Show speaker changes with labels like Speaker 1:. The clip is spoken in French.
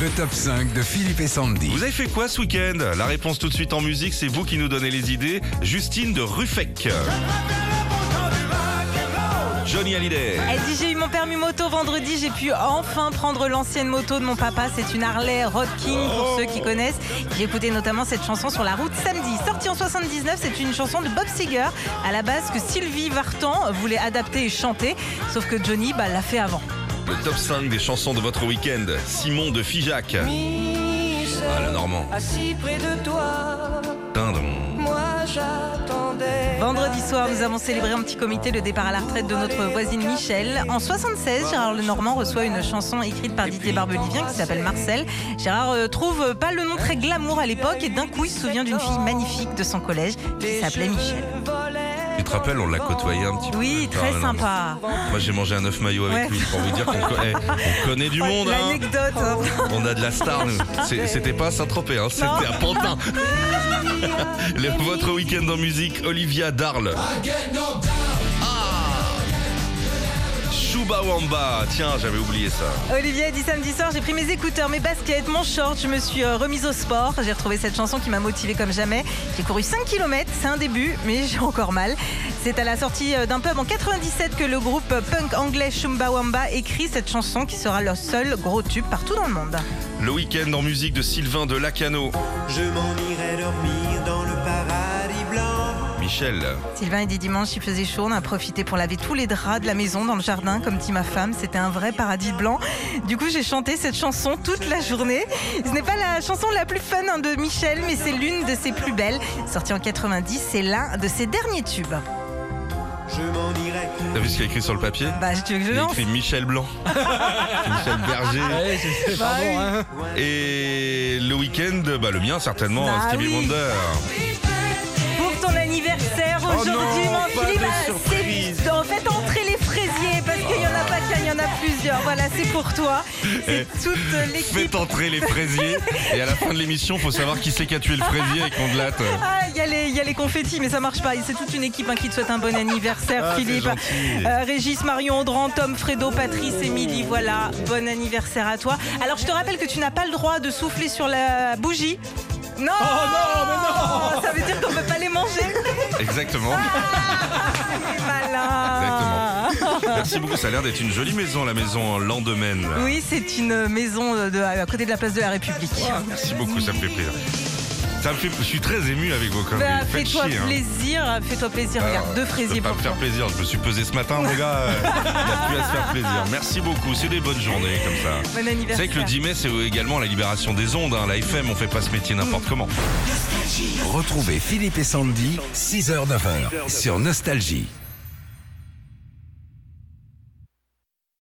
Speaker 1: Le top 5 de Philippe et Sandy.
Speaker 2: Vous avez fait quoi ce week-end La réponse tout de suite en musique, c'est vous qui nous donnez les idées. Justine de Ruffec. Johnny Hallyday.
Speaker 3: Elle dit Eh, j'ai eu mon permis moto vendredi, j'ai pu enfin prendre l'ancienne moto de mon papa, c'est une Harley Road King pour ceux qui connaissent. J'ai écouté notamment cette chanson sur la route samedi. Sortie en 79, c'est une chanson de Bob Seger à la base que Sylvie Vartan voulait adapter et chanter, sauf que Johnny bah, l'a fait avant.
Speaker 2: Le top 5 des chansons de votre week-end. Simon de Figeac.
Speaker 4: Michel,
Speaker 2: Ah, le Normand.
Speaker 4: assis près de toi,
Speaker 2: Dindon.
Speaker 4: moi j'attendais.
Speaker 3: Vendredi soir, nous avons célébré en petit comité le départ à la retraite de notre voisine Michel. En 76, Gérard Lenormand reçoit une chanson écrite par Didier Barbelivien qui s'appelle Marcel. Gérard euh, trouve pas le nom très glamour à l'époque et d'un coup, il se souvient d'une fille magnifique de son collège qui s'appelait Michel.
Speaker 2: Tu te rappelles, on l'a côtoyé un petit peu.
Speaker 3: Oui,
Speaker 2: Ah,
Speaker 3: très
Speaker 2: non, mais-
Speaker 3: sympa.
Speaker 2: Moi, j'ai mangé un œuf maillot avec
Speaker 3: Ouais.
Speaker 2: lui pour vous dire qu'on co- eh, on connaît du monde. hein.
Speaker 3: L'anecdote. hein.
Speaker 2: On a de la star, nous. C'est- C'était pas à Saint-Tropez, hein, c'était à Pantin.
Speaker 3: Ah,
Speaker 2: Le- votre week-end en musique, Olivia Darle. Ah Chubawamba, tiens, j'avais oublié ça.
Speaker 3: Olivier a dit samedi soir, j'ai pris mes écouteurs, mes baskets, mon short, je me suis euh, remise au sport. J'ai retrouvé cette chanson qui m'a motivée comme jamais. J'ai couru 5 km, c'est un début, mais j'ai encore mal. C'est à la sortie euh, d'un pub en 97 que le groupe punk anglais Chumbawamba écrit cette chanson qui sera leur seul gros tube partout dans le monde.
Speaker 2: Le week-end en musique de Sylvain de Lacano.
Speaker 5: Je m'en irai dormir dans le paradis blanc.
Speaker 2: Michel,
Speaker 3: Sylvain il dit dimanche, il faisait chaud, on a profité pour laver tous les draps de la maison dans le jardin, comme dit ma femme, c'était un vrai paradis blanc. Du coup, j'ai chanté cette chanson toute la journée. Ce n'est pas la chanson la plus fun hein, de Michel, mais c'est l'une de ses plus belles. Sortie en 90, c'est l'un de ses derniers tubes.
Speaker 5: Je m'en irai
Speaker 2: t'as vu ce qu'il y a écrit sur le papier
Speaker 3: Bah, tu veux que je
Speaker 2: Il y a
Speaker 3: lance
Speaker 2: écrit Michel Blanc. Michel Berger.
Speaker 3: Bah oui.
Speaker 2: Et le week-end, bah, le mien certainement,
Speaker 3: Bah
Speaker 2: Stevie
Speaker 3: oui.
Speaker 2: Wonder.
Speaker 3: Pour ton anniversaire
Speaker 2: Oh
Speaker 3: aujourd'hui,
Speaker 2: non,
Speaker 3: mon
Speaker 2: pas
Speaker 3: Philippe,
Speaker 2: de
Speaker 3: ah,
Speaker 2: surprise.
Speaker 3: c'est- en fait entrer les fraisiers parce qu'il n'y en a pas qu'un, il y en a plusieurs. Voilà, c'est pour toi. C'est
Speaker 2: Eh,
Speaker 3: toute l'équipe.
Speaker 2: Faites entrer les fraisiers. Et à la fin de l'émission, faut savoir qui c'est qui a tué le fraisier et qu'on de latte.
Speaker 3: Ah, il y, a les- il y a les confettis, mais ça marche pas. C'est toute une équipe hein, qui te souhaite un bon anniversaire,
Speaker 2: Ah, c'est
Speaker 3: Philippe.
Speaker 2: gentil.
Speaker 3: Euh, Régis, Marion, Audran, Tom, Fredo, Patrice, Émilie, voilà. Bon anniversaire à toi. Alors, je te rappelle que tu n'as pas le droit de souffler sur la bougie. Non
Speaker 2: Oh,
Speaker 3: non, mais non Ça veut dire qu'on peut pas les manger.
Speaker 2: Exactement.
Speaker 3: Ah. C'est malin
Speaker 2: Merci beaucoup. Ça a l'air d'être une jolie maison, la maison Landemaine. là.
Speaker 3: Oui, c'est une maison de, à côté de la place de la République.
Speaker 2: Merci beaucoup, ça me fait plaisir. Ça me fait, je suis très ému avec vos conneries.
Speaker 3: Bah,
Speaker 2: Faites
Speaker 3: fais-toi
Speaker 2: chier. hein. Ah,
Speaker 3: plaisir, fais-toi plaisir. Regarde, deux
Speaker 2: Je
Speaker 3: fraisiers
Speaker 2: peux pas
Speaker 3: pour
Speaker 2: me
Speaker 3: toi.
Speaker 2: faire plaisir. Je me suis pesé ce matin, mon gars. euh, Il n'y a plus à se faire plaisir. Merci beaucoup. C'est des bonnes journées comme ça.
Speaker 3: Bon
Speaker 2: Vous
Speaker 3: anniversaire.
Speaker 2: savez que le 10 mai, c'est également la libération des ondes. hein. La FM, on fait pas ce métier n'importe comment.
Speaker 1: Retrouvez Philippe et Sandy, 6h-9h sur Nostalgie.